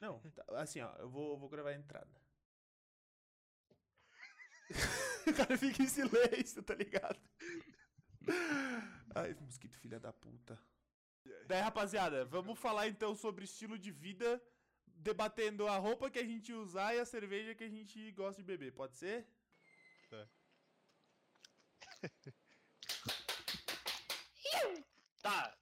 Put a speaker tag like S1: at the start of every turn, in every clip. S1: Não, tá- assim, ó, eu vou, vou gravar a entrada. o cara fica em silêncio, tá ligado? Ai, mosquito, filha da puta. Daí, rapaziada, vamos falar então sobre estilo de vida, debatendo a roupa que a gente usar e a cerveja que a gente gosta de beber, pode ser?
S2: Tá.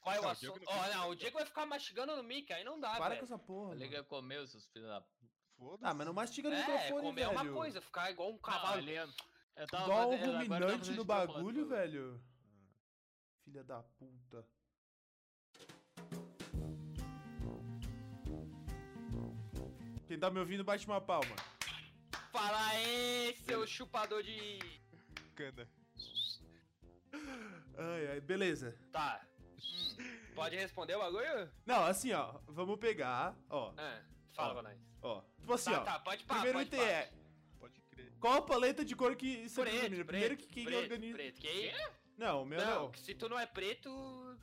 S2: Qual é o
S3: Não, o Diego
S2: assunto?
S3: não
S2: Ó,
S3: fez
S2: não,
S3: nada,
S2: o Diego vai ficar mastigando no mic, aí não dá,
S1: Para com
S2: Ah, velho. tá
S1: essa porra. mano.
S4: Liga comeu, seus filhos da puta.
S3: Foda-se.
S1: Ah, mas não mastiga no
S2: É,
S1: microfone,
S2: comer é
S1: velho.
S2: uma coisa, ficar igual um
S4: Cavalo.
S2: cavalo.
S4: é, Eu
S2: Tá,
S4: tava
S1: Igual o
S2: é,
S4: fazendo- agora eu tava
S1: ruminante
S4: fazendo
S1: do
S4: isso que eu tava
S1: bagulho,
S4: falando.
S1: velho. Filha da puta. Quem tá me ouvindo, bate uma palma.
S2: Fala aí, seu chupador de.
S3: Cana.
S1: Ai, ai, beleza.
S2: Tá. Hum, Pode responder o bagulho?
S1: Não, assim, ó. Vamos pegar, ó,
S2: Ah, fala
S1: Ó,
S2: pra nós.
S1: ó. Tipo assim,
S2: Tá,
S1: ó.
S2: tá, pode pá,
S1: primeiro
S2: pode
S1: item
S2: pá.
S1: é,
S3: Pode crer.
S1: qual a paleta de cor que você
S2: Preto,
S1: primeiro,
S2: preto,
S1: primeiro que quem
S2: preto,
S1: organiza...
S2: preto. Que?
S1: Não, o meu
S2: Não,
S1: não.
S2: que se tu não é preto...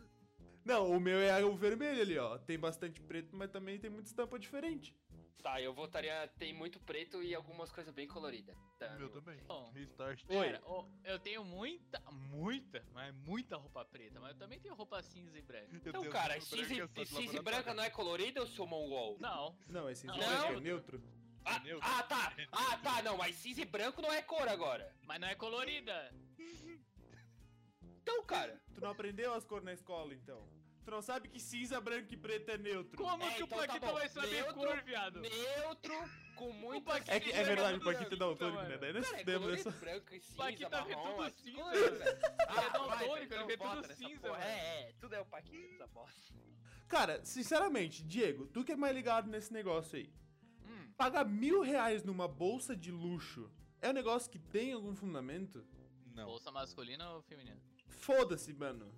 S1: Não, o meu é o vermelho ali, ó. Tem bastante preto, mas também tem muita estampa diferente.
S2: Tá, eu votaria... Tem muito preto e algumas coisas bem coloridas. Tá,
S3: O meu também.
S4: Bom.
S3: Restart.
S2: Então,
S4: Cara, ó, eu tenho muita, muita, mas muita roupa preta, mas eu também tenho roupa cinza e branca.
S3: Eu
S2: Então,
S3: tenho
S2: cara,
S3: branca,
S2: cinza,
S3: eu
S2: e-
S3: sou de
S2: cinza e
S3: laboratório.
S2: branca não é colorida, eu sou mongol.
S4: Não,
S1: Não, esse
S4: Não,
S1: branco é
S4: eu-
S1: neutro.
S2: Ah,
S3: Entendeu?
S2: ah, tá! Ah, tá, não, mas cinza e branco não é cor agora.
S4: mas não é colorida.
S2: Então, cara.
S1: Tu não aprendeu as cores na escola, então? Tu não sabe que cinza, branco e preto é neutro?
S4: Como
S2: É,
S4: que o
S2: então tá
S4: Paquito
S2: bom.
S4: vai saber
S2: Neutro,
S4: cor, viado?
S2: Neutro, com muito.
S4: Paquito
S1: É, que, é verdade, o Paquito é daltônico,
S4: Mano.
S1: né? Daí nós
S2: Cara, é
S1: demos
S2: colorido,
S1: essa...
S2: branco e cinza,
S4: Paquito é
S2: marrom,
S4: tudo
S2: essas
S4: cinza,
S2: coisas, velho.
S4: é daltônico,
S2: vai, velho,
S4: ele
S2: então
S4: vê tudo
S2: bota nessa
S4: cinza,
S2: porra.
S4: mano.
S2: É, é, tudo é o Paquito, essa bosta.
S1: Cara, sinceramente, Diego, tu que é mais ligado nesse negócio aí.
S4: Hum.
S1: Pagar mil reais numa bolsa de luxo é um negócio que tem algum fundamento?
S3: Não.
S4: Bolsa masculina ou feminina?
S1: Foda-se, mano.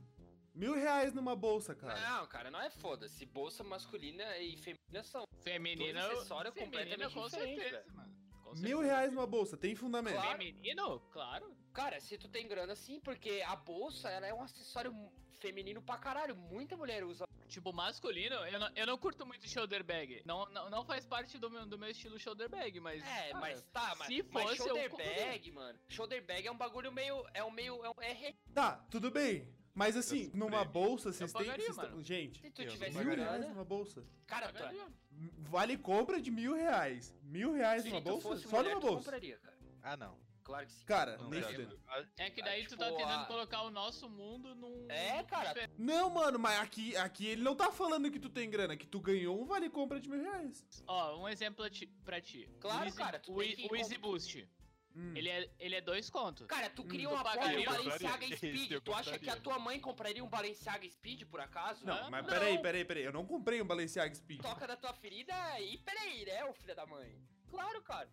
S1: Mil reais numa bolsa, cara.
S2: Não, cara, não é foda-se. Bolsa masculina e feminina são.
S4: Feminina,
S2: Todo acessório é
S4: feminina,
S2: completamente
S4: com
S2: diferente,
S4: certeza, mano. Com
S1: Mil
S4: certeza.
S1: reais numa bolsa, tem fundamento.
S2: Claro.
S4: Feminino? Claro.
S2: Cara, se tu tem grana, sim, porque a bolsa, ela é um acessório feminino pra caralho. Muita mulher usa.
S4: Tipo, masculino, eu não, eu não curto muito shoulder bag. Não, não, não faz parte do meu, do meu estilo shoulder bag, mas.
S2: É,
S4: cara,
S2: mas tá, mas,
S4: se
S2: mas
S4: fosse, eu
S2: shoulder
S4: compraria.
S2: bag, mano. Shoulder bag é um bagulho meio. É um meio. É, um, é re-
S1: Tá, tudo bem. Mas assim,
S3: Eu
S1: numa
S3: surpreendo.
S1: bolsa, vocês têm...
S4: pagaria,
S1: vocês tão-
S4: mano.
S1: Gente,
S2: Se tu
S3: Eu não
S2: tivesse
S1: mil
S3: pagaria.
S1: reais
S2: grana.
S1: numa bolsa.
S2: Cara, tu, é-
S4: pagaria.
S1: Vale compra de mil reais. Mil reais
S2: se
S1: numa
S2: tu
S1: bolsa?
S2: fosse
S1: Só
S2: mulher,
S1: numa
S2: tu
S1: bolsa.
S2: compraria, cara.
S3: Ah, não.
S2: Claro que sim.
S1: Cara,
S3: Não,
S1: nem
S3: cara,
S1: fudendo.
S3: a-
S4: É que
S2: Ah,
S4: daí tu tá
S2: tipo,
S4: tentando
S2: a-
S4: colocar o nosso mundo num.
S2: É, cara.
S1: Não, mano, mas aqui, aqui ele não tá falando que tu tem grana, que tu ganhou um vale compra de mil reais.
S4: Ó, um exemplo a ti- pra ti.
S2: Claro,
S4: o Easy,
S2: cara, tu
S4: o,
S2: tem
S4: E-
S2: que
S4: o Easy
S2: comp-
S4: Boost.
S1: Hum.
S4: Ele é, ele é dois conto.
S2: Cara, tu cria
S4: Hum,
S2: uma
S4: eu
S2: porra de um
S4: pagaria,
S3: eu
S2: Balenciaga
S3: compraria. Esse
S2: Speed.
S3: eu
S2: Tu acha que
S3: compraria.
S2: a tua mãe compraria um Balenciaga Speed, por acaso?
S1: Não,
S4: Ah,
S1: mas
S4: não.
S1: peraí, peraí, peraí. Eu não comprei um Balenciaga Speed.
S2: é Toca da tua ferida e peraí, né, ô filha da mãe? Claro, cara.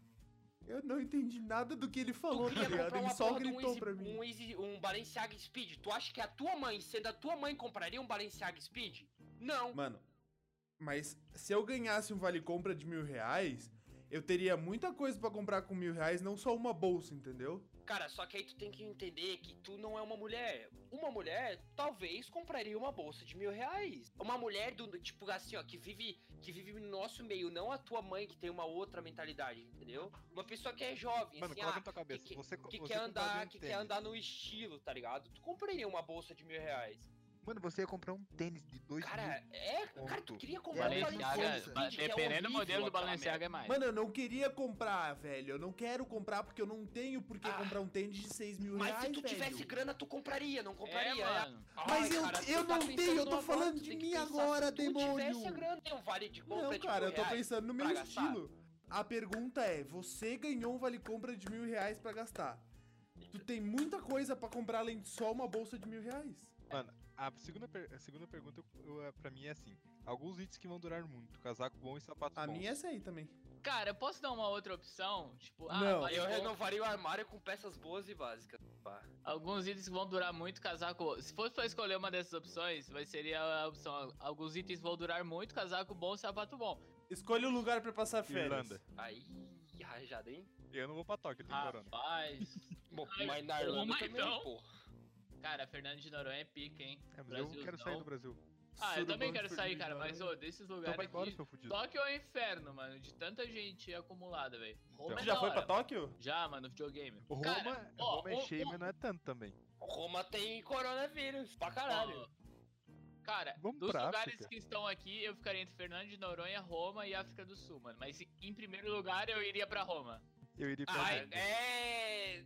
S1: Eu não entendi nada do que ele
S2: Tu
S1: falou, tá
S2: queria
S1: ligado?
S2: comprar
S1: Ele
S2: uma
S1: só
S2: porra de um
S1: gritou
S2: Easy,
S1: pra mim.
S2: um, Easy, um Balenciaga Speed. Tu acha que a tua mãe, sendo a tua mãe, compraria um Balenciaga Speed? Não.
S1: Mano, mas se eu ganhasse um vale compra de mil reais, eu teria muita coisa pra comprar com mil reais, não só uma bolsa, entendeu?
S2: Cara, só que aí tu tem que entender que tu não é uma mulher. Uma mulher talvez compraria uma bolsa de mil reais. Uma mulher do do tipo assim, ó, que vive, que vive no nosso meio, não a tua mãe que tem uma outra mentalidade, entendeu? Uma pessoa que é jovem,
S3: Mano,
S2: assim,
S3: coloca
S2: ah,
S3: na tua cabeça.
S2: que-
S3: você
S2: que
S3: você
S2: quer andar,
S3: compraria um
S2: que quer
S3: tênis.
S2: andar no estilo, tá ligado? Tu compraria uma bolsa de mil reais.
S3: Mano, você ia comprar um tênis de dois mil. um.
S2: Cara, é, cara, tu
S3: Ponto.
S2: queria comprar um
S4: Balenciaga,
S3: Balenciaga,
S4: ba-
S2: que é
S4: dependendo do
S2: horrível
S4: modelo do
S2: aquela merda.
S4: Balenciaga é mais.
S1: Mano, eu não queria comprar, velho. Eu não quero comprar porque eu não tenho por que
S2: Ah.
S1: comprar um tênis de seis mil
S2: Mas
S1: reais,
S2: se tu
S1: velho.
S2: tivesse grana, tu compraria, não
S4: é,
S2: compraria? né?
S4: mano.
S1: Mas
S2: Ai,
S1: eu-
S2: cara, tu
S1: eu
S2: tá
S1: não
S2: pensando
S1: tenho, eu tô
S2: no agora,
S1: falando
S2: tu
S1: de
S2: tem que
S1: mim
S2: pensar
S1: agora,
S2: se tu tivesse
S1: demônio.
S2: a grana, tem um vale de compra é,
S1: Não,
S2: de
S1: cara, eu
S2: mil
S1: tô
S2: reais.
S1: pensando no meu
S2: pra gastar.
S1: estilo. A pergunta é: você ganhou um vale compra de mil reais pra gastar? Tu tem muita coisa pra comprar além de só uma bolsa de mil reais?
S3: A Ah, segunda, per- a segunda pergunta eu, eu- pra mim é assim: alguns itens que vão durar muito, casaco bom e sapato
S1: A
S3: bom.
S1: minha é essa aí também.
S4: Cara, eu posso dar uma outra opção? Tipo, ah,
S1: Não.
S4: vale
S2: Eu
S4: bom,
S2: renovaria o armário com peças boas e básicas. pá.
S4: alguns itens que vão durar muito, casaco. Se fosse pra escolher uma dessas opções, vai seria a opção. Alguns itens vão durar muito, casaco bom, sapato bom.
S1: Escolha o lugar pra passar férias.
S3: Irlanda.
S2: Aí, rajada, hein?
S3: Eu não vou pra Tóquio, eu
S2: Ah,
S3: tenho corona.
S4: Rapaz.
S2: Bom,
S4: Ai,
S2: mas na
S4: porra,
S2: Irlanda
S4: mas
S2: também,
S4: não.
S2: porra.
S4: Cara, Fernando de Noronha é pica, hein?
S3: É, mas eu
S4: Brasil
S3: quero sair
S4: não.
S3: do Brasil.
S4: Ah, eu
S1: Surubão
S4: também
S1: de
S4: quero sair, cara,
S1: formiga.
S4: mas, ô, desses
S3: Então
S4: lugares
S3: vai embora,
S4: aqui...
S3: seu fudido.
S4: Tóquio é um inferno, mano, de tanta gente acumulada, velho. Roma
S3: Então.
S1: Você
S4: é
S1: já
S4: da
S1: foi
S4: hora,
S1: pra Tóquio?
S4: mano. Já, mano, videogame.
S3: Roma,
S4: Cara, ó,
S3: Roma é
S4: o-
S3: cheio,
S4: o-
S3: mas não é tanto também.
S2: Roma tem coronavírus, pra caralho.
S4: Ó, Cara,
S3: Vamos
S4: dos
S3: pra
S4: lugares
S3: África.
S4: que estão aqui, eu ficaria entre Fernando de Noronha, Roma e África do Sul, mano. Mas em primeiro lugar, eu iria pra Roma.
S3: Eu iria pra
S2: Ai,
S3: Roma.
S2: Ah, é...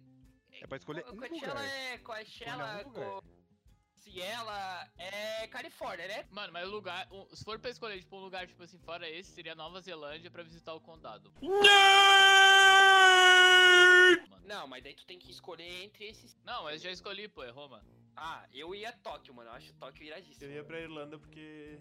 S3: É pra escolher um
S2: Coachella
S3: lugar.
S2: é... Coachella...
S3: Escolher um lugar.
S2: Co... Ciela é Califórnia, né?
S4: Mano, mas o lugar. o- se for pra escolher, tipo, um lugar, tipo assim, fora esse, seria Nova Zelândia pra visitar o condado. Mano.
S2: Não, mas daí tu tem que escolher entre esses.
S4: Não, mas já escolhi, pô, é Roma.
S2: Ah, eu ia Tóquio, mano. Eu acho Tóquio
S1: Eu
S2: iradíssimo.
S1: ia pra Irlanda porque.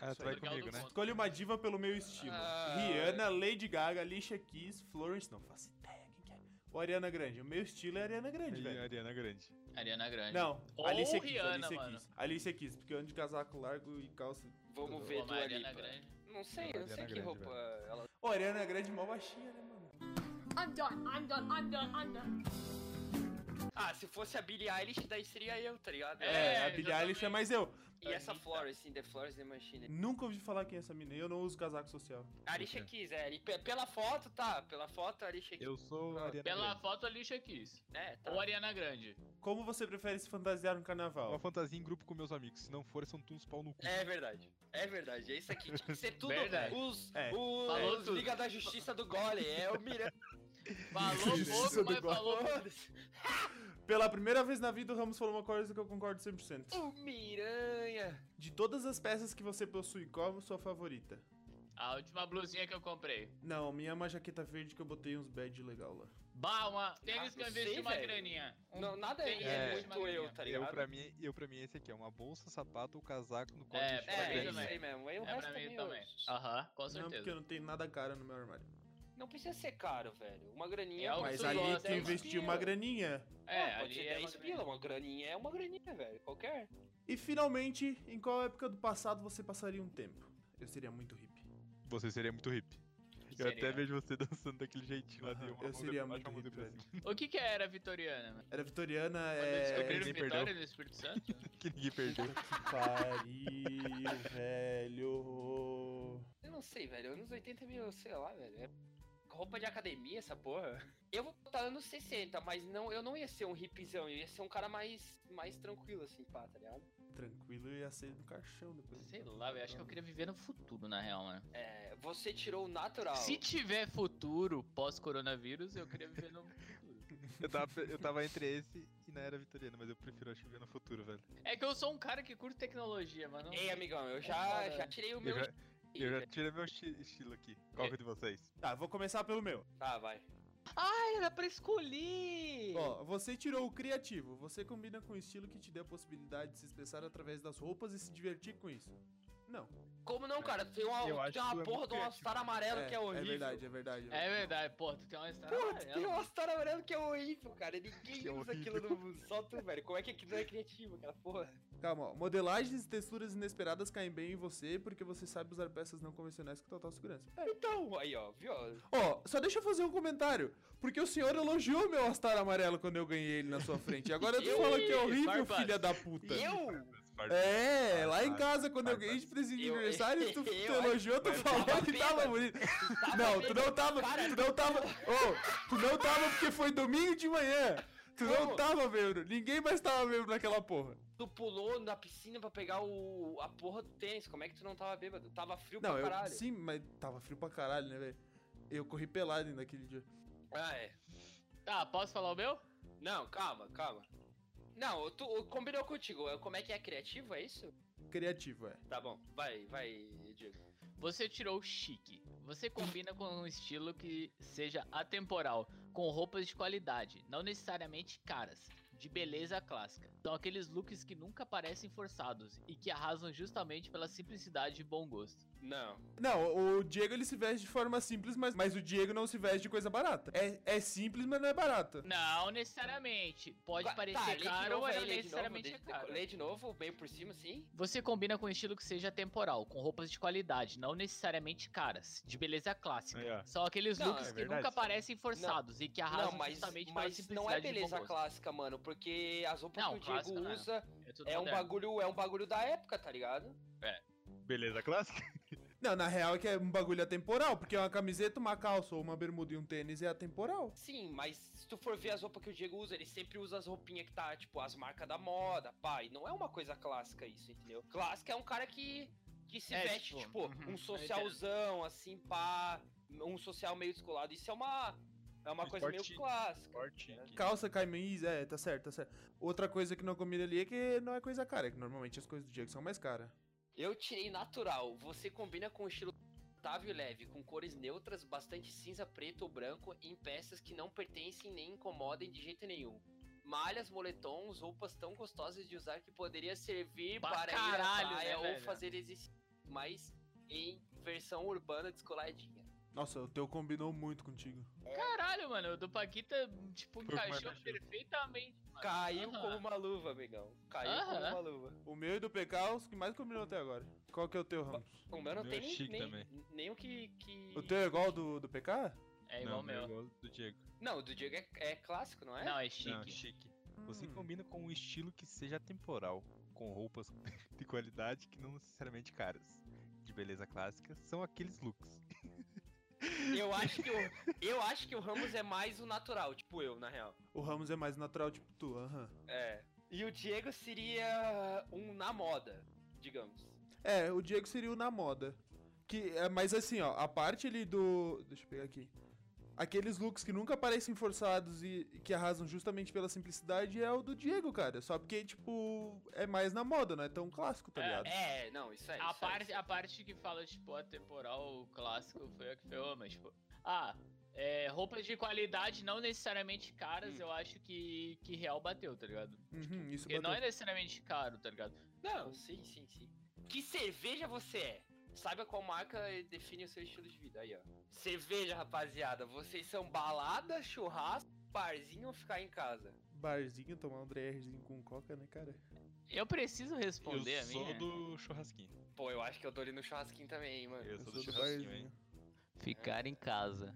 S3: Ah,
S1: Isso
S3: tu
S1: aí,
S3: vai
S4: legal
S3: comigo,
S4: do
S3: né?
S4: ponto.
S1: Escolhe uma diva pelo meu estilo.
S2: Ah,
S1: Rihanna, Lady Gaga, Alicia Keys, Florence. Não faço ideia quem que é. Ou Ariana Grande. O meu estilo é Ariana Grande,
S3: E a
S1: velho.
S3: Ariana Grande.
S4: Ariana Grande.
S1: Não,
S4: Ou
S1: Alicia Keys,
S4: Rihanna,
S1: Alicia
S4: mano.
S1: Keys. Alicia Keys, porque eu ando de casaco largo e calça.
S2: Vamos
S1: Pô,
S2: ver do
S4: Roma, Ariana
S2: Alipa.
S4: Grande.
S2: Não sei,
S3: Não,
S2: não sei
S3: Ariana
S2: que
S3: Grande,
S2: roupa ela.
S1: Ô, Ariana Grande mó baixinha, né, mano?
S5: I'm done. I'm done. I'm done. I'm done.
S2: Ah, se fosse a Billie Eilish, daí seria eu, tá ligado?
S1: É,
S4: É,
S1: a Billie Eilish é
S4: exatamente.
S1: mais eu.
S2: E essa
S4: Anitta.
S2: Florence, in The Florence and the Machine.
S1: Nunca ouvi falar quem é essa mina. e Eu não uso casaco social.
S2: Alicia Keys, é. e pe- Pela foto, tá. Pela foto, Alicia Keys.
S3: Eu sou a
S2: Ah,
S3: Ariana
S4: Pela
S3: Grande.
S4: foto, Alicia Keys.
S2: É, tá.
S4: Ou Ariana Grande.
S1: Como você prefere se fantasiar no
S3: Uma
S1: carnaval?
S3: fantasia em grupo com meus amigos. Se não for, são tudo uns pau no cu.
S2: É verdade. É verdade. É isso aqui. Tinha que ser tudo.
S4: Verdade.
S2: Os.
S1: É.
S2: Os.
S4: Falou
S2: os
S4: tudo.
S2: Liga da Justiça do Gole. É o Miranda.
S4: Falou
S1: Justiça do
S4: pouco, mas
S1: God.
S4: falou.
S1: Pela primeira vez na vida, o Ramos falou uma coisa que eu concordo 100%.
S2: o Miranha.
S1: De todas as peças que você possui, qual a sua favorita?
S4: A última blusinha que eu comprei.
S1: Não, minha é uma jaqueta verde que eu botei uns bad legal lá.
S4: Bah, uma. Tênis
S2: Ah,
S4: que eu
S2: não
S4: investi
S2: sei,
S4: uma
S2: velho.
S4: graninha. Um
S2: Não, nada é,
S4: tênis
S2: é
S4: que eu investi
S2: muito
S4: uma
S2: eu,
S4: graninha.
S2: tá ligado?
S3: Eu pra, mim, eu pra mim esse aqui é uma bolsa, sapato ou casaco no corte
S4: É,
S3: de
S4: pra mim
S2: É,
S3: quadradinho.
S2: isso
S4: também.
S2: aí mesmo. Aí o
S4: É
S2: resto
S4: pra
S2: é
S4: mim
S2: meio-
S4: também. Aham, com
S1: Não, porque
S4: certeza.
S1: eu não tenho nada cara no meu armário.
S2: Não precisa ser caro, velho. Uma graninha
S4: É
S2: é
S4: algo
S2: uma
S1: Mas
S4: tu
S1: ali
S4: gosta,
S1: tu
S4: hein?
S1: investiu uma graninha.
S4: É,
S2: pode
S4: ali
S2: ser
S4: é
S2: 10
S4: uma
S2: pila. Uma graninha é uma graninha, velho. Qualquer.
S1: E finalmente, em qual época do passado você passaria um tempo? Eu seria muito hippie.
S3: Você seria muito hippie. Eu
S4: Seria.
S3: até vejo você dançando daquele jeitinho lá de
S1: Aham,
S3: uma
S1: eu
S3: mão
S1: seria
S3: pra baixo,
S1: muito
S3: uma mão pra
S1: hippie,
S3: cima.
S4: O que que é era vitoriana? mano?
S1: Era vitoriana,
S4: Quando
S1: é.
S4: descobriram
S3: ninguém
S4: Vitória
S3: perdeu.
S4: no Espírito Santo?
S3: Que ninguém perdeu.
S1: Que pariu, velho.
S2: Eu não sei, velho. Anos 80 é meio, sei lá, velho. É roupa de academia, essa porra. Eu vou botar anos 60, mas não, eu não ia ser um hipzão. Eu ia ser um cara mais, mais tranquilo, assim, pá, tá ligado?
S1: Tranquilo, eu ia ser no caixão depois.
S4: Sei lá, velho. Acho que eu queria viver no futuro, na real, mano.
S2: É, você tirou o natural.
S4: Se tiver futuro pós-coronavírus, eu queria viver no.
S3: eu, tava, eu tava entre esse e na era vitoriana, mas eu prefiro acho que ver no futuro, velho.
S4: É que eu sou um cara que curte tecnologia, mano.
S2: Ei, amigão, eu já,
S4: Cara.
S2: já tirei o
S3: Eu
S2: meu.
S3: já,
S2: estilo,
S3: eu já
S2: velho.
S3: tirei meu esti- estilo aqui. Qual que é de vocês?
S1: Tá, vou começar pelo meu.
S2: Tá, vai.
S4: Ah, era pra escolher!
S1: Ó, você tirou o criativo. Você combina com o estilo que te dê a possibilidade de se expressar através das roupas e se divertir com isso. Não.
S2: Como não, cara? Tem uma,
S3: Eu acho
S2: tem uma
S3: que é
S2: porra
S3: muito
S2: de um All-Star amarelo que é horrível.
S1: verdade, é verdade.
S4: É verdade, pô, tu tem uma história.
S2: Putz, tem um
S4: amarela.
S2: All-Star amarelo que é horrível, cara. Ninguém
S3: Que
S2: usa
S3: horrível.
S2: aquilo no só tu, velho. Como é que aquilo não é criativo, cara? Porra.
S1: Calma, ó. Modelagens e texturas inesperadas caem bem em você porque você sabe usar peças não convencionais com total segurança. É.
S2: Então, aí, ó, viu?
S1: Ó, só deixa eu fazer um comentário. Porque o senhor elogiou meu Astar amarelo quando eu ganhei ele na sua frente. Agora tu
S4: Eu-
S1: fala que é horrível,
S4: Barbas.
S1: filha da puta.
S2: Eu?
S1: É, lá em
S3: Barbas,
S1: casa, quando eu
S3: barbas.
S1: ganhei de presente de
S2: Eu-
S1: aniversário, tu, tu
S2: eu-
S1: elogiou, tu
S2: mas eu
S1: falou
S2: tava
S1: que tava
S2: bêbado.
S1: bonito.
S2: Tava
S1: Não, tu
S2: bêbado.
S1: não tava,
S2: Cara,
S1: tu não tava, ô, tu não tava porque foi domingo de manhã. Tu não
S2: Ô.
S1: tava vendo, ninguém mais tava vendo naquela porra.
S2: Tu pulou na piscina pra pegar o a porra do tênis. Como é que tu não tava bêbado? Tava frio
S1: Não,
S2: pra
S1: eu,
S2: caralho.
S1: sim, mas tava frio pra caralho, né, velho? Eu corri pelado ainda naquele dia.
S2: Ah, é.
S4: Tá, posso falar o meu?
S2: Não, calma, calma. Não, tu eu- combinou contigo. eu- Como é que é criativo, é isso?
S1: Criativo, é.
S2: Tá bom, vai, vai, Diego.
S4: Você tirou o chique. Você combina com um estilo que seja atemporal, com roupas de qualidade, não necessariamente caras, de beleza clássica. São aqueles looks que nunca parecem forçados e que arrasam justamente pela simplicidade e bom gosto.
S2: Não.
S1: Não, o Diego ele se veste de forma simples, mas, mas o Diego não se veste de coisa barata. É, é simples, mas não é barata.
S4: Não necessariamente. Pode
S2: Tá, lê
S4: parecer
S2: de
S4: caro,
S2: novo
S4: mas
S2: aí,
S4: não
S2: lê de
S4: necessariamente é
S2: novo,
S4: caro.
S2: Lê de novo, meio por cima, assim.
S4: Você combina com um estilo que seja temporal, com roupas de qualidade, não necessariamente caras, de beleza clássica.
S3: Aí, ó.
S4: São aqueles
S2: Não,
S4: looks
S3: é
S4: que nunca
S3: verdade.
S4: parecem forçados e que arrasam
S2: Não, mas,
S4: justamente pela
S2: mas não é
S4: simplicidade e bom
S2: beleza
S4: gosto.
S2: clássica, mano, porque as roupas que
S4: Não,
S2: o Diego
S4: clássica não é.
S2: usa
S4: É tudo
S2: É um
S4: moderno.
S2: bagulho, é um bagulho da época, tá ligado?
S3: Beleza clássica?
S1: Não, na real é que é um bagulho atemporal, porque é uma camiseta, uma calça ou uma bermuda e um tênis é atemporal.
S2: Sim, mas se tu for ver as roupas que o Diego usa, ele sempre usa as roupinhas que tá, tipo, as marcas da moda, pá. E não é uma coisa clássica isso, entendeu? Clássica é um cara que, que se
S4: É,
S2: veste,
S4: tipo,
S2: tipo,
S3: uhum, eu
S2: um socialzão, assim, pá. Um social meio descolado. Isso é uma, é uma
S3: Um
S2: coisa meio
S3: esporte-
S2: clássica.
S3: Forte.
S1: Calça, camisa, é, tá certo, tá certo. Outra coisa que não combina ali é que não é coisa cara, é que normalmente as coisas do Diego são mais caras.
S2: Eu tirei natural. Você combina com o estilo Otávio leve, com cores neutras, bastante cinza, preto ou branco, em peças que não pertencem nem incomodem de jeito nenhum. Malhas, moletons, roupas tão gostosas de usar que poderia servir
S4: Pra
S2: para
S4: caralho,
S2: ir à
S4: né,
S2: praia ou
S4: velho?
S2: fazer exercício, mas em versão urbana descoladinha.
S1: Nossa, o teu combinou muito contigo.
S4: Caralho, mano, o do Paquita, tipo,
S3: Foi o que mais
S4: encaixou
S3: baixou.
S4: perfeitamente. mano.
S2: Caiu
S4: Aham.
S2: como uma luva, amigão. Caiu como
S4: Aham.
S2: uma luva.
S1: O meu e do PK é os que mais combinou até agora. Qual que é o teu, Ramos?
S2: O meu não
S3: Meu
S2: tem
S3: é
S2: nem,
S3: chique
S2: nem,
S3: também.
S2: nem o que. que...
S1: O teu é igual ao do, do PK?
S4: É igual
S3: não,
S4: o meu.
S3: igual do Diego.
S2: Não, o do Diego é, é clássico, não é?
S4: Não, é chique.
S3: Não, Ah, chique. Você
S1: Hum.
S3: combina com um estilo que seja temporal, com roupas de qualidade que não necessariamente caras. De beleza clássica, são aqueles looks.
S2: Eu acho que o, eu acho que o Ramos é mais o natural, tipo eu, na real.
S1: O Ramos é mais natural, tipo tu, aham.
S2: É. E o Diego seria um na moda, digamos.
S1: É, o Diego seria o na moda. Que, é, mas assim, ó, a parte ali do. Deixa eu pegar aqui. Aqueles looks que nunca parecem forçados e que arrasam justamente pela simplicidade é o do Diego, cara. Só porque, tipo, é mais na moda, não é tão clássico, tá
S4: É,
S1: ligado?
S2: É, não, isso aí. isso
S4: A
S2: é. aí.
S4: parte, a parte que fala, tipo, atemporal, o clássico, foi a que foi, mas, tipo... Ah, é, roupas de qualidade, não necessariamente caras,
S2: Hum.
S4: eu acho que, que real bateu, tá ligado?
S1: Uhum, isso
S4: Porque
S1: bateu.
S4: não é necessariamente caro, tá ligado?
S2: Não, sim, sim, sim. Que cerveja você é? Saiba qual marca define o seu estilo de vida. Aí, ó. Cerveja, rapaziada. Vocês são balada, churrasco, barzinho ou ficar em casa?
S1: Barzinho, tomar um DRzinho com coca, né, cara?
S4: Eu preciso responder
S3: eu
S4: a
S3: sou
S4: minha.
S3: do churrasquinho.
S2: Pô, eu acho que eu tô ali no churrasquinho também, hein, mano.
S3: Eu, sou, do, churrasquinho, hein?
S4: Ficar em casa.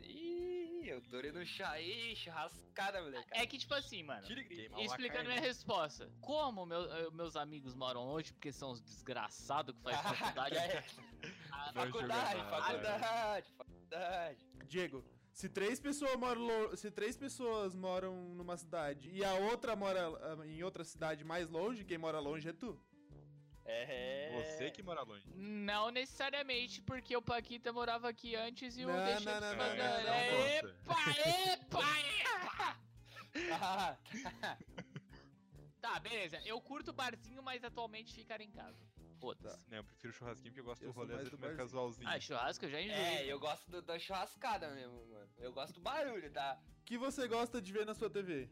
S2: Ih, eu tô ali no chá. Ih, churrascada, moleque.
S4: É que, tipo assim, mano...
S2: Tira e grita.
S3: Queimar uma
S4: Explicando
S3: carne.
S4: minha resposta. Como meu- eh, meus amigos moram longe, porque são os desgraçados que fazem faculdade.
S2: É,
S1: Ah,
S3: Vai
S2: faculdade,
S3: jogar na-
S2: faculdade, faculdade.
S1: Diego, se três pessoas moram. lo- Se três pessoas moram numa cidade e a outra mora ah, em outra cidade mais longe, quem mora longe é tu.
S2: É.
S3: Você que mora longe.
S4: Não necessariamente, porque o Paquita morava aqui antes e o
S1: Não,
S4: deixei
S1: não,
S4: de
S1: não,
S4: fazer.
S1: não, não, não,
S4: É,
S3: não.
S4: Epa, epa, epa!
S2: Ah,
S4: Tá, beleza. Eu curto barzinho, mas atualmente ficar em casa. Foda-se.
S3: Não, eu prefiro churrasquinho porque eu gosto
S1: Eu
S3: do
S1: sou
S3: rolê às
S1: mais
S3: vezes
S1: do
S3: mais
S1: barzinho.
S3: casualzinho.
S4: Ah, churrasco eu já enjoei.
S2: é, eu gosto do- da churrascada mesmo, mano. Eu gosto do barulho, tá?
S1: O que você gosta de ver na sua TV?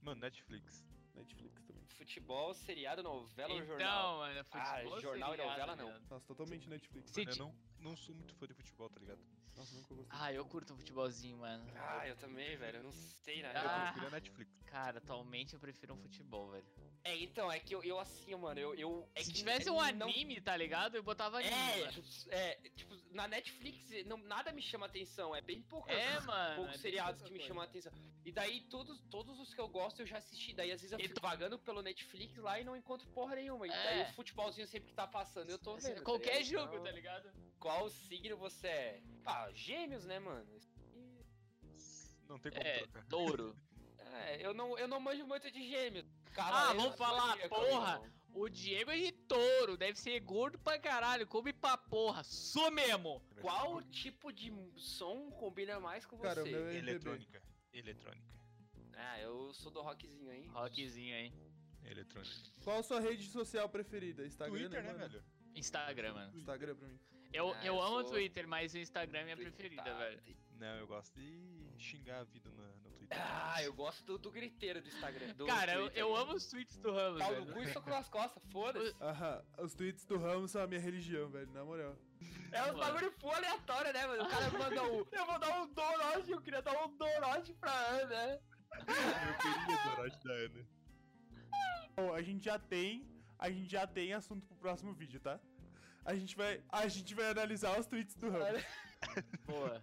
S3: Mano, Netflix.
S1: Netflix também.
S2: Futebol, seriado, novela ou
S4: então,
S2: jornal?
S4: mano,
S2: Ah,
S4: futebol
S2: jornal e
S4: seriado,
S2: novela não.
S4: mano.
S1: Nossa, totalmente Netflix.
S4: Se
S3: Mano, eu
S4: ti-
S3: não, não sou muito fã de futebol, tá ligado?
S1: Nossa, nunca gostei.
S4: Ah, eu curto futebolzinho, mano.
S2: Ah, eu também, velho. Eu não sei, né?
S3: Eu
S4: Então. Ah.
S3: prefiro a Netflix.
S4: Cara, atualmente eu prefiro um futebol, velho.
S2: É, então, é que eu, eu assim, mano, eu. eu é
S4: Se
S2: que
S4: tivesse um
S2: não-
S4: anime, tá ligado? Eu botava anime.
S2: É,
S4: mano.
S2: é, tipo, na Netflix não, nada me chama atenção. É bem pouco.
S4: É, mano.
S2: poucos
S4: é
S2: seriados
S4: bem
S2: que me
S4: pouca
S2: chamam a
S4: coisa.
S2: atenção. E daí, todos, todos os que eu gosto eu já assisti. Daí, às vezes, eu
S4: E
S2: fico vagando pelo Netflix lá e não encontro porra nenhuma. E daí,
S4: É.
S2: o futebolzinho sempre que tá passando, eu tô
S4: Assim,
S2: vendo.
S4: Qualquer
S2: ligado?
S4: jogo,
S2: Então,
S4: tá ligado?
S2: Qual signo você é? Ah, gêmeos, né, mano?
S3: Não tem como
S4: É,
S3: trocar.
S4: touro.
S2: É, eu não, eu não manjo muito de gêmeos.
S4: Ah, vamos
S2: do
S4: falar,
S2: zodíaco,
S4: porra!
S2: amigão.
S4: O Diego é de touro, deve ser gordo pra caralho, come pra porra, sou mesmo!
S2: Qual tipo de som combina mais com você?
S1: Cara, o meu é MPB.
S3: Eletrônica. Eletrônica.
S2: Ah, eu sou do rockzinho, hein?
S4: Rockzinho, é hein?
S3: Eletrônica.
S1: Qual a sua rede social preferida? Instagram,
S3: Twitter, né,
S1: Tá mano?
S3: velho?
S4: Instagram, mano.
S1: Instagram pra mim.
S4: Eu,
S2: Ah,
S4: eu
S2: eu
S4: amo o
S2: sou- tá
S4: Twitter, mas o Instagram é minha preferida, velho.
S3: Não, eu gosto de xingar a vida na- no Twitter.
S2: Ah, eu gosto do, do griteiro do Instagram. do
S4: Cara, eu,
S2: Twitter.
S4: eu amo os tweets do Ramos,
S2: Pau no
S4: velho.
S2: cu e soco nas costas, foda-se.
S1: Aham, os tweets do Ramos são a minha religião, velho, na moral.
S2: É uns
S4: Mano.
S2: bagulho full aleatório, né, mano? O cara manda um. Eu vou dar um Dorote, eu queria dar um Dorote pra Ana, né?
S3: Eu queria Dorothy da Ana.
S1: Bom, a gente já tem, a gente já tem assunto pro próximo vídeo, tá? A gente vai, a gente vai analisar os tweets do Ramos.
S4: Boa.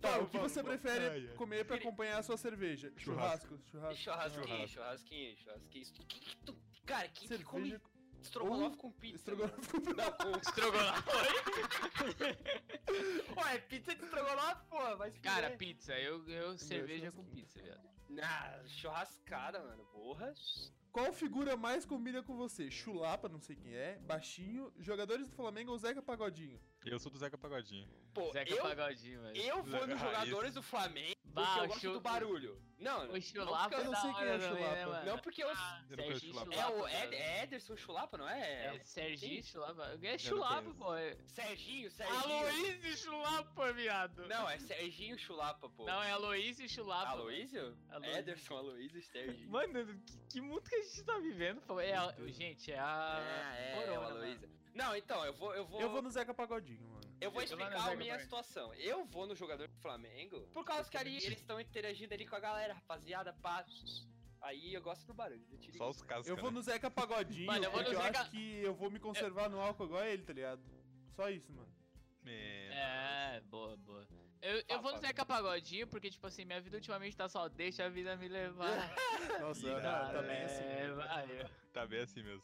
S1: Tá, o
S3: vamos,
S1: que você
S3: vamos. Ai,
S1: prefere
S3: ai.
S1: comer pra acompanhar a sua cerveja? Churrasco,
S3: Churrasco.
S1: churrasco.
S2: Churrasquinho,
S3: Churrasco.
S2: churrasquinho, churrasquinho. O que que tu, Cara, que, que come
S1: cerveja
S2: estrogonofe com pizza?
S1: estrogonofe com
S2: Não, com...
S4: Estrogonofe.
S2: Ué, é pizza de estrogonofe, pô, mas...
S4: Cara, pizza. Eu, eu cerveja
S1: churrasco.
S4: com pizza, viado.
S2: Ah, churrascada, mano, porra.
S1: Qual figura mais combina com você? Chulapa, não sei quem é, baixinho, jogadores do Flamengo ou Zeca Pagodinho?
S3: Eu sou do Zeca Pagodinho.
S2: Pô,
S4: Zeca
S2: eu,
S4: Pagodinho, velho.
S2: eu vou nos
S3: Raiz.
S2: jogadores do Flamengo
S4: Bah,
S2: porque eu
S4: o
S2: gosto
S4: chu-
S2: do barulho. Não,
S4: O chulapa
S2: eu
S4: é
S1: não
S4: da
S1: sei quem é
S4: hora também, né,
S1: chulapa.
S4: mano?
S2: não porque eu...
S3: Eu não
S4: Serginho
S3: conheço chulapa.
S2: é o
S4: velho.
S2: Ed, é Ederson Chulapa, não é?
S4: É Serginho
S2: Quem?
S4: Chulapa. É
S3: Eu
S4: Chulapa,
S3: não
S4: pô. É-
S2: Serginho, Serginho.
S4: Aloysio Chulapa, viado.
S2: Não, é Serginho Chulapa, pô.
S4: Não, é Aloysio Chulapa.
S2: Aloysio? É
S4: Aloysio.
S2: Ederson, Aloysio, Serginho.
S4: Mano, que, que mundo que a gente tá vivendo? pô? É, a- gente, é a.
S2: Ah, é,
S4: Corona,
S2: é o
S4: mano.
S2: Aloysio. Não, então, eu vou, eu vou,
S1: Eu vou no Zeca Pagodinho, mano.
S2: eu vou
S4: Eu vou na
S2: explicar a
S4: zaga
S2: minha
S4: também.
S2: situação. Eu vou no jogador do Flamengo por causa que ali eles estão interagindo ali com a galera, rapaziada, passos. Aí eu gosto do barulho. do tiririca.
S3: Só os casos.
S1: Eu vou no Zeca Pagodinho,
S4: Mano, eu vou no
S1: porque eu
S4: Zeca-
S1: acho que eu vou me conservar no álcool igual ele, tá ligado? Só isso, mano.
S4: É, boa, boa. Eu, eu
S2: Fala,
S4: vou no
S2: fala.
S4: Zeca Pagodinho, porque, tipo assim, minha vida ultimamente tá só, deixa a vida me levar.
S1: Nossa,
S3: Irado,
S1: ah, tá bem
S4: É,
S1: assim. mano.
S4: vai.
S3: Tá bem assim mesmo.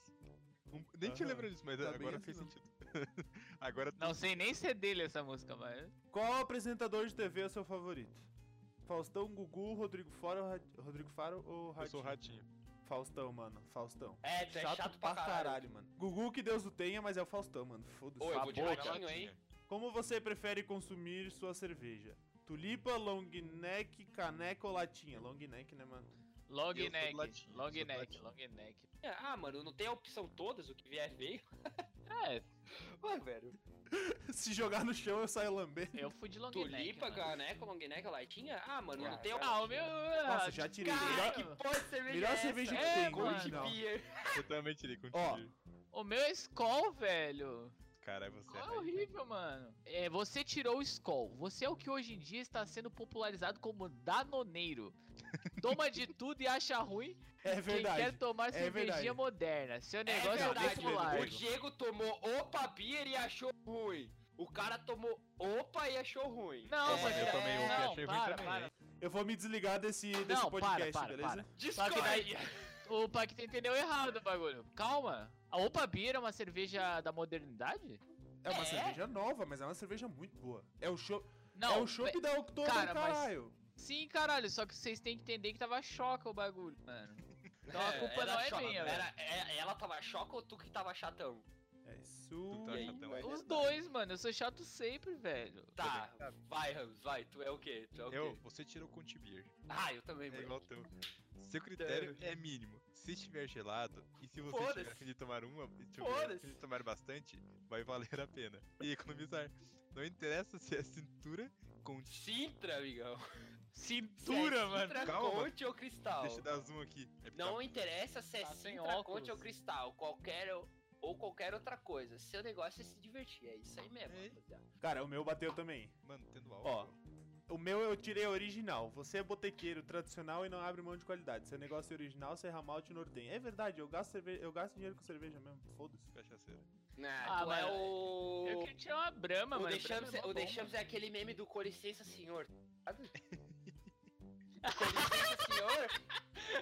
S3: Não- Nem te
S1: Aham.
S3: lembro disso, mas
S1: Tá bem
S3: agora
S1: assim
S3: fez
S1: mesmo.
S3: sentido. agora
S4: Não sei nem ser dele essa música, mas.
S1: Qual apresentador de TV é o seu favorito? Faustão, Gugu, Rodrigo Faro, Ra- Rodrigo Faro ou
S3: eu
S1: Ratinho?
S3: sou o ratinho.
S1: Faustão, mano. Faustão.
S2: É, tu é chato, pra caralho.
S1: mano. Gugu que Deus o tenha, mas é o Faustão, mano. Foda-se.
S2: Ô, eu
S1: Tá
S2: vou de
S1: bom.
S3: Boa,
S2: ratinho, hein?
S3: ratinho.
S1: Como você prefere consumir sua cerveja? Tulipa, long neck, caneca ou latinha? Long neck, né, mano?
S4: Long
S3: Eu sou do
S4: neck,
S3: latim,
S4: long
S3: eu sou do
S4: neck,
S3: latim.
S4: long neck.
S2: Ah, mano, não tem a opção todas, o que vier veio.
S4: É,
S2: Ué, velho.
S1: Se jogar no chão, eu saio lambendo.
S4: eu fui de long neck.
S2: Tulipa,
S4: mano.
S2: caneco, long neck, latinha? Ah, mano,
S1: Ah,
S2: não tem a
S4: Ah, o meu.
S1: Nossa, já tirei.
S4: cara,
S1: Melhor-
S4: que-
S2: Pô, cerveja
S1: Melhor
S2: é essa?
S1: cerveja que
S4: É,
S1: tem,
S4: mano.
S1: Gold não.
S2: Beer.
S3: Eu também tirei contigo.
S1: Ó.
S4: O meu é Skol, velho.
S3: Caralho, você
S2: Ah,
S4: Qual é
S3: raiz,
S4: horrível, mano. É, você tirou o Skol. Você é o que hoje em dia está sendo popularizado como danoneiro. Toma de tudo e acha ruim
S1: É
S4: quem quer
S1: verdade.
S4: tomar
S1: verdade.
S4: cervejinha moderna. Seu
S2: É
S4: negócio é,
S2: verdade,
S4: popular.
S2: o Diego tomou opa beer e achou ruim. O cara tomou opa e achou ruim.
S4: Não,
S3: É,
S4: mas
S3: eu tomei um que
S4: não,
S3: achei ruim
S4: para,
S3: também.
S4: para.
S1: Eu vou me desligar desse, desse
S4: Não,
S1: podcast,
S4: para, para,
S1: beleza?
S4: para. Só
S2: Discord.
S4: que daí- O Paquito entendeu errado o bagulho. Calma. A Opa Beer é uma cerveja da modernidade?
S1: É uma
S2: É?
S1: cerveja nova, mas é uma cerveja muito boa. É o show,
S4: Não.
S1: é o chopp
S4: ve-
S1: da October,
S4: cara, mas-
S1: caralho.
S4: Sim, caralho. Só que vocês têm que entender que tava choca o bagulho, mano. Então a culpa
S2: era
S4: não é
S2: choca,
S4: minha, velho.
S2: era- é- Ela tava choca ou tu que tava chatão?
S1: É isso.
S3: Tu tá
S2: E aí,
S3: chatão.
S2: vai.
S4: Os dois, mano. Eu sou chato sempre, velho.
S2: Tá, vai, Ramos, vai. Tu é o quê? Tu é o quê?
S3: Eu, você tirou o Conti Beer.
S2: Ah, eu também,
S3: É
S2: mano.
S3: igual teu. Seu critério é mínimo. Se estiver gelado, e se você tiver a
S2: Foda-se.
S3: fim de tomar uma, e tiver a
S2: Foda-se.
S3: fim de tomar bastante, vai valer a pena. E economizar. Não interessa se é cintura, Conti.
S2: Sintra, amigão.
S4: Cintura,
S2: Se é
S4: mano.
S2: Sintra,
S3: Calma.
S2: Conte ou Cristal?
S3: Deixa eu dar zoom aqui. É porque
S2: Não
S3: tá-
S2: interessa se é
S4: Tá sem
S2: Sintra,
S4: óculos.
S2: Conte ou Cristal. Qualquer... Ou qualquer outra coisa. Seu negócio é se divertir. É isso aí mesmo,
S3: É.
S2: rapaziada.
S1: Cara, o meu bateu também.
S3: Mano, tendo álcool.
S1: Ó, o meu eu tirei original. Você é botequeiro, tradicional e não abre mão de qualidade. Seu negócio é original, serra malte e nortem. É verdade, eu gasto, cerve- eu gasto dinheiro com cerveja mesmo. Foda-se.
S3: Cachaceiro.
S2: Ah,
S4: Ah,
S2: tu é
S4: mas-
S2: o...
S4: Eu queria tirar uma brama,
S2: O
S4: mano.
S2: deixamos,
S4: Brahma é mó
S2: o
S4: bom,
S2: deixamos é aquele meme do com licença, senhor. tá ligado? com licença, senhor.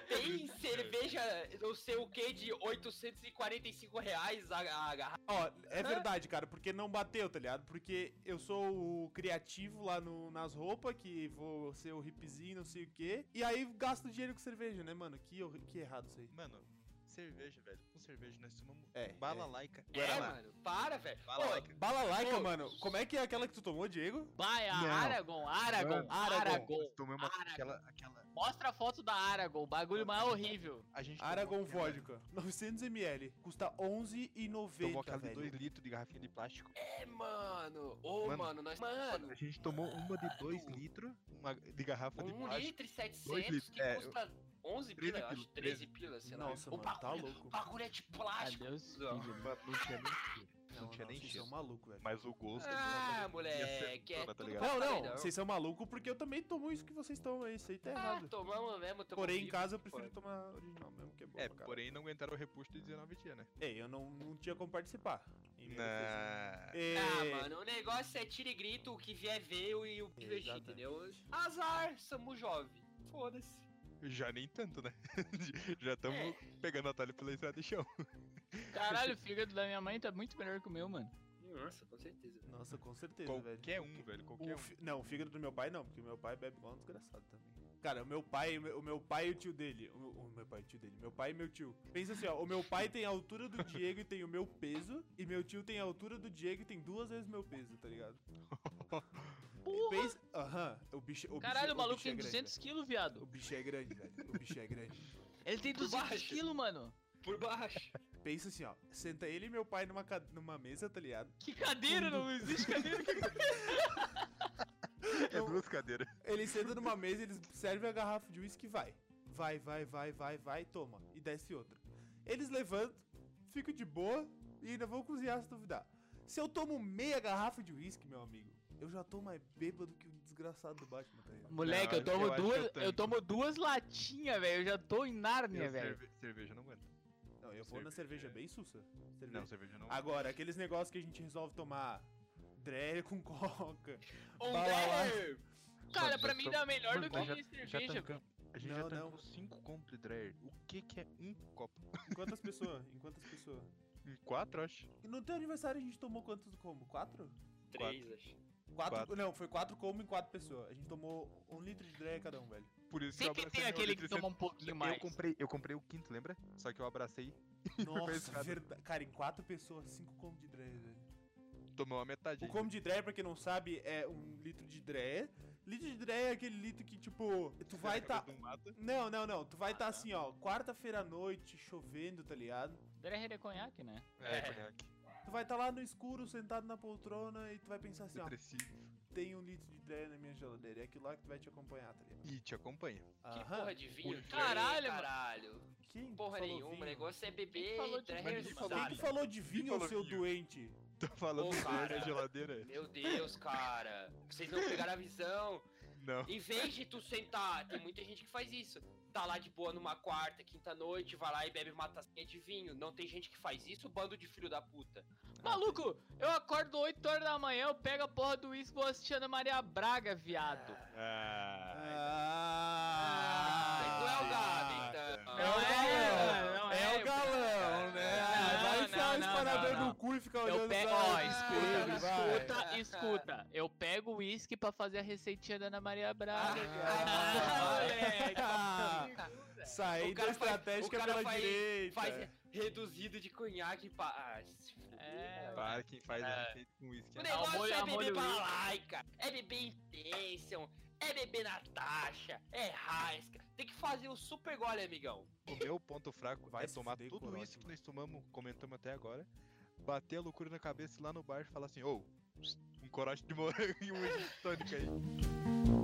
S2: Tem cerveja, não sei o que, de 845 reais a, a garrafa.
S1: Ó, é verdade, cara, porque não bateu, tá ligado? Porque eu sou o criativo lá no, nas roupas, que vou ser o hipzinho, não sei o quê. E aí gasto dinheiro com cerveja, né, mano? Que, hor- que errado isso aí.
S3: Mano, cerveja, velho. Com cerveja nós tomamos
S1: É,
S3: bala laica.
S2: É, mano, para, velho.
S3: Bala
S2: Ô,
S3: laica.
S1: Balalaica,
S2: Ô,
S1: mano. Como é que é aquela que tu tomou, Diego?
S4: Vai, a
S3: Não.
S4: Aragon, Aragon,
S3: Mano,
S4: Aragon.
S3: Tomamos
S4: Aragon.
S3: aquela, aquela.
S4: Mostra a foto da Aragon, o bagulho mais horrível.
S3: A gente tomou
S1: Aragon
S3: aquela-
S1: Vodka, 900ml, custa
S3: Tomou
S1: 11,90,
S3: aquela de
S1: velho.
S3: 2 litros de garrafinha de plástico.
S2: É, mano. Ô,
S3: Mano,
S2: mano, nós. Mano,
S3: A gente tomou uma de 2 litros uma de garrafa de
S2: um
S3: plástico.
S2: litro e
S3: dois
S2: 700
S3: litros,
S2: que
S3: é,
S2: custa 11
S3: 13
S2: pila, eu acho.
S3: pila,
S2: 13 pila, sei lá.
S3: né?
S1: Nossa,
S2: o
S1: mano, tá
S2: bagulho,
S1: louco.
S2: o bagulho é de plástico.
S4: Adeus.
S2: Não.
S3: Mano, não tinha nem cheiro.
S1: Não,
S3: Não tinha
S1: não,
S3: nem
S1: vocês
S3: cheiro.
S1: são maluco, velho.
S3: Mas o gosto. é
S2: Ah, moleque,
S3: moleque,
S2: é
S3: tá
S2: tudo
S3: ligado?
S1: Não, não,
S2: Não.
S1: vocês são maluco porque eu também tomo isso que vocês tomam aí, isso aí tá
S2: Ah,
S1: errado.
S2: tomamos mesmo, tomamos
S1: porém, em
S2: vivo.
S1: casa eu prefiro
S2: pode.
S1: tomar original mesmo, que é bom
S3: É,
S1: pra caralho.
S3: porém não aguentaram o repusto de 19 dias, né?
S1: Ei, eu não, não tinha como participar. em minha defesa.
S3: Não.
S1: Ei,
S2: Ah, mano, o negócio é tira e grito, o que vier veio e o que veio,
S1: Exatamente.
S2: entendeu? Azar, somos jovem. Foda-se.
S3: Já nem tanto, né? Já estamos
S4: É.
S3: pegando a talha pela estrada de chão.
S4: Caralho, o fígado da minha mãe tá muito melhor que o meu, mano.
S2: Nossa, com certeza.
S1: Nossa, com certeza, velho.
S3: Qualquer um, velho. Qualquer
S1: O
S3: um.
S1: fi- Não, o fígado do meu pai não, porque o meu pai bebe igual um desgraçado também. Cara, o meu pai, o meu- o meu pai e o tio dele. O, o meu pai e o tio dele. Meu pai e meu tio. Pensa assim, ó. O meu pai tem a altura do Diego e tem o meu peso. E meu tio tem a altura do Diego e tem duas vezes meu peso, tá ligado?
S4: Porra!
S1: Pensa. Aham. o bicho. O
S4: Caralho,
S1: bicho,
S4: o maluco
S1: bicho é
S4: tem
S1: grande,
S4: 200 quilos,
S1: velho. O
S4: viado.
S1: bicho é grande, velho. O bicho é grande.
S4: Ele tem
S2: Por
S4: 200
S2: baixo.
S4: quilos, mano.
S2: Por baixo.
S1: Pensa assim, ó. Senta ele e meu pai numa, ca- numa mesa, tá ligado?
S4: Que cadeira, não existe cadeira.
S3: É
S1: Eu-
S3: duas cadeiras.
S1: Ele senta numa mesa, eles servem a garrafa de uísque e vai. Vai, vai, vai, vai, vai, toma. E desce outra. Eles levantam, ficam de boa e ainda vão cozinhar se duvidar. Se eu tomo meia garrafa de uísque, meu amigo, eu já tô mais bêbado que o desgraçado do Batman, tá ligado?
S4: Moleque,
S3: Não,
S4: eu tomo
S3: eu acho que é eu
S4: duas. Eu,
S3: tanco.
S4: tomo duas latinhas, velho. Eu já tô em Nárnia,
S3: Eu
S4: velho.
S3: cerve- cerveja não aguenta.
S1: Não, eu vou na cerveja bem sussa. Cerveja.
S3: Não, cerveja não aguenta.
S1: Agora, aqueles negócios que a gente resolve tomar dré com coca.
S4: Um
S2: On
S1: Vai lá.
S2: there!
S4: é, Cara,
S3: já
S4: pra mim
S3: tam-
S4: dá melhor do
S3: Mano,
S4: que
S3: já-
S4: cerveja, velho.
S3: tancamos- A gente
S1: Não,
S3: já
S1: não.
S3: tancou 5 compras de Dreyer. O que que é um copo?
S1: Em quantas pessoas? Em quantas pessoas?
S3: Em 4, acho.
S1: E no teu aniversário a gente tomou quantos como? Quatro?
S2: Três, acho.
S1: Quatro,
S3: Quatro.
S1: Não, foi quatro como em quatro pessoas. A gente tomou um litro de dreia cada um, velho.
S3: Por isso que eu
S4: Sempre
S3: abracei
S4: tem
S3: meu
S4: aquele
S3: litro
S4: que
S3: e cento-
S4: toma um pouquinho
S3: Eu
S4: mais.
S3: comprei, eu comprei o quinto, lembra? Só que eu abracei,
S1: Nossa,
S3: escada.
S1: verdade. Cara, em quatro pessoas, cinco como de dreia, velho.
S3: tomou a metade.
S1: O
S3: ainda.
S1: como de dreia, pra quem não sabe, é um litro de dreia. Litro de dreia é aquele litro que, tipo, tu vai tá.
S3: De um lado.
S1: Não, não, não. Tu vai
S4: Ah,
S1: tá
S4: tá.
S1: assim, ó, quarta-feira à noite, chovendo, tá ligado?
S4: Dreher é conhaque, né?
S3: É,
S2: É.
S3: conhaque.
S1: Tu vai tá lá no escuro, sentado na poltrona, e tu vai pensar assim, ó,
S3: Depressivo.
S1: tem um litro de dreia na minha geladeira. É aquilo lá que tu vai te acompanhar, tá ligado?
S3: E te acompanha.
S2: Que
S1: Aham.
S2: porra de vinho? que é,
S4: Caralho, mano.
S2: caralho.
S1: Quem
S2: Porra
S1: falou
S2: nenhuma, o
S1: vinho?
S2: negócio é beber
S4: Quem falou de
S2: Dreher
S3: vinho?
S2: no
S3: Quem falou
S1: Quem que
S2: sábado.
S1: falou de vinho,
S3: falou
S1: seu
S3: vinho?
S1: doente?
S3: Tô falando
S2: Ô,
S3: do Dreyer
S2: cara.
S3: na geladeira?
S2: Meu Deus, cara. Vocês não pegaram a visão.
S3: Não.
S2: Em vez de tu sentar, tem muita gente que faz isso. Tá lá de boa numa quarta, quinta noite, vai lá e bebe uma tacinha de vinho. Não tem gente que faz isso, bando de filho da puta.
S4: Tá. Maluco, eu acordo 8 horas da manhã, eu pego a porra do uísque e vou assistir Ana Maria Braga, viado.
S1: É.
S3: Ah,
S2: Não é o Gabi,
S1: Ah,
S2: então.
S1: É o
S4: Não
S1: galão,
S4: não
S1: é o
S4: eu-
S1: galão, né?
S4: Não,
S1: Vai
S4: não,
S1: enfiar o
S4: não,
S1: disparador
S4: não, não.
S1: no cu e ficar olhando
S4: Eu pego,
S1: pra-
S4: ó,
S1: pra ele, vai.
S4: escuta, escuta, escuta. Eu pego o uísque pra fazer a receitinha da Ana Maria Braga.
S1: Ah,
S4: cara.
S1: ah,
S2: O
S1: Saída
S2: cara faz- o
S1: estratégica
S2: cara
S1: pela
S2: faz-
S1: direita.
S2: Faz reduzido de conhaque pra. Ah, se fuder,
S4: É,
S2: mano.
S3: para quem faz
S4: Ah.
S3: a receita com uísque.
S2: O
S3: é-
S4: Moleque.
S2: negócio
S4: molho-
S2: é
S4: a molho
S2: beber
S4: whisky.
S2: balaica, é beber intention, é beber Natasha, é rasca. Tem que fazer o super gole, amigão.
S3: O meu ponto fraco
S1: Vai
S3: vai é
S1: se
S3: tomar
S1: fuder,
S3: tudo
S1: corote,
S3: isso que nós tomamos, comentamos até agora, bater a loucura na cabeça e lá no bar e falar assim, ô, um corote de morango e um uísque tônica aí.